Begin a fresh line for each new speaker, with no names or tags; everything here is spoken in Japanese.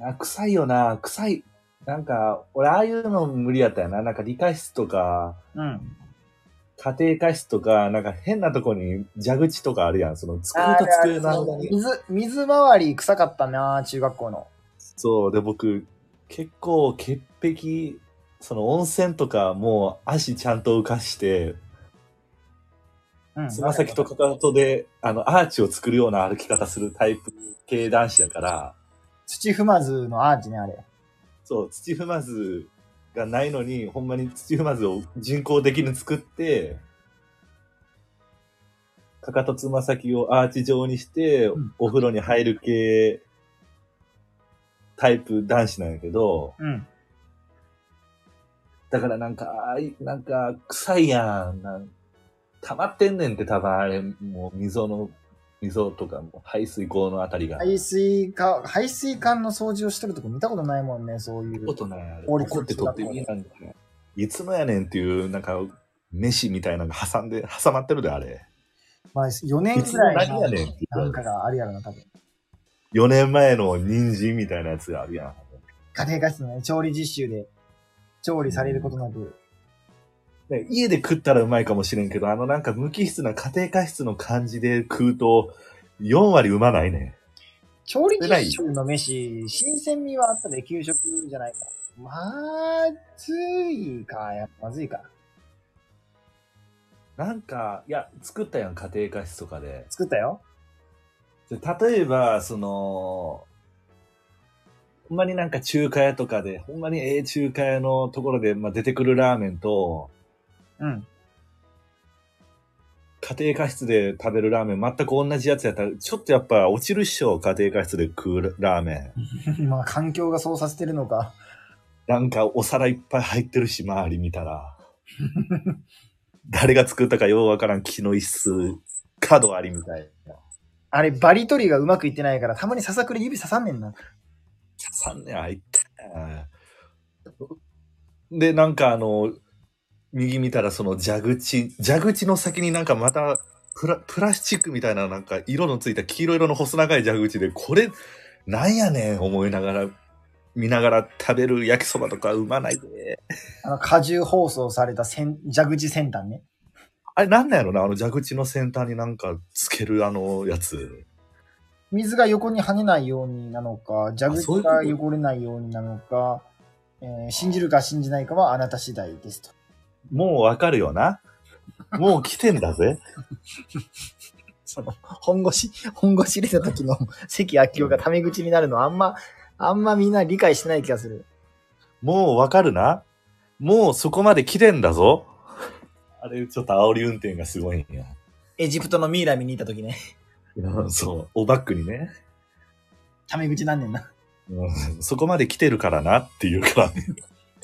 あ臭いよな、臭い。なんか、俺、ああいうの無理だったよな。なんか、理科室とか、
うん。
家庭科室とか、なんか変なとこに蛇口とかあるやん。その、机
あ
と机
ー
の
あ
間
れ
に。
水、水回り臭かったな、中学校の。
そう、で、僕、結構、潔癖、その、温泉とか、もう、足ちゃんと浮かして、
うん。
つま先とかかとで、あの、アーチを作るような歩き方するタイプ系男子だから、
土踏まずのアーチね、あれ。
そう、土踏まずがないのに、ほんまに土踏まずを人工的に作って、かかとつま先をアーチ状にして、
うん
お風呂に入る系、タイプ男子なんやけど、
うん。
だからなんか、あいなんか、臭いやん。なん溜まってんねんって多分あれ、もう溝の、溝とかも排水口のあたりが。
排水管、排水管の掃除をしてるとこ見たことないもんね、そういう。
ことないあれ。
俺
怒って取ってみなんだね。いつのやねんっていう、なんか、飯みたいなのが挟んで、挟まってるで、あれ。
まあ、4
い
年
つ
ぐ
の
らい
何や
の
ねんって
なんかがあるやろな、多分。
4年前の人参みたいなやつがあるやん。
家庭科室のね、調理実習で、調理されることなく。
ね家で食ったらうまいかもしれんけど、あのなんか無機質な家庭科室の感じで食うと、4割うまないね。
調理実習の飯、新鮮味はあったで、給食じゃないから。まずいか、やっぱまずいか。
なんか、いや、作ったやん、家庭科室とかで。
作ったよ。
で例えば、その、ほんまになんか中華屋とかで、ほんまにええ中華屋のところで、まあ、出てくるラーメンと、
うん。
家庭科室で食べるラーメン全く同じやつやったら、ちょっとやっぱ落ちるっしょ、家庭科室で食うラーメン。
まあ、環境がそうさせてるのか。
なんかお皿いっぱい入ってるし、周り見たら。誰が作ったかようわからん木の椅子、角ありみたいな。
あれ、バリ取りがうまくいってないから、たまにささくれ指刺さんねんな。
刺さんねん、あいつ。で、なんかあの、右見たらその蛇口、蛇口の先になんかまたプラプラスチックみたいななんか色のついた黄色色の細長い蛇口で、これなんやねん思いながら、見ながら食べる焼きそばとかうまないで。
あの、荷重包装された先蛇口先端ね。
あれなんなんやろな、あの蛇口の先端になんかつけるあのやつ。
水が横に跳ねないようになのか、蛇
そうい
口
うこと
が汚れないようになのか、えー信じるか信じないかはあなた次第ですと。
もうわかるよな。もう来てんだぜ。
その、本腰、本腰入れた時の 関明夫がタメ口になるのあんま、あんまみんな理解してない気がする。
もうわかるなもうそこまで来てんだぞあれ、ちょっと煽り運転がすごいんや。
エジプトのミイラ見に行った時ね。
そう、おバックにね、
タメ口なんねんな。
うんそこまで来てるからなっていうからね。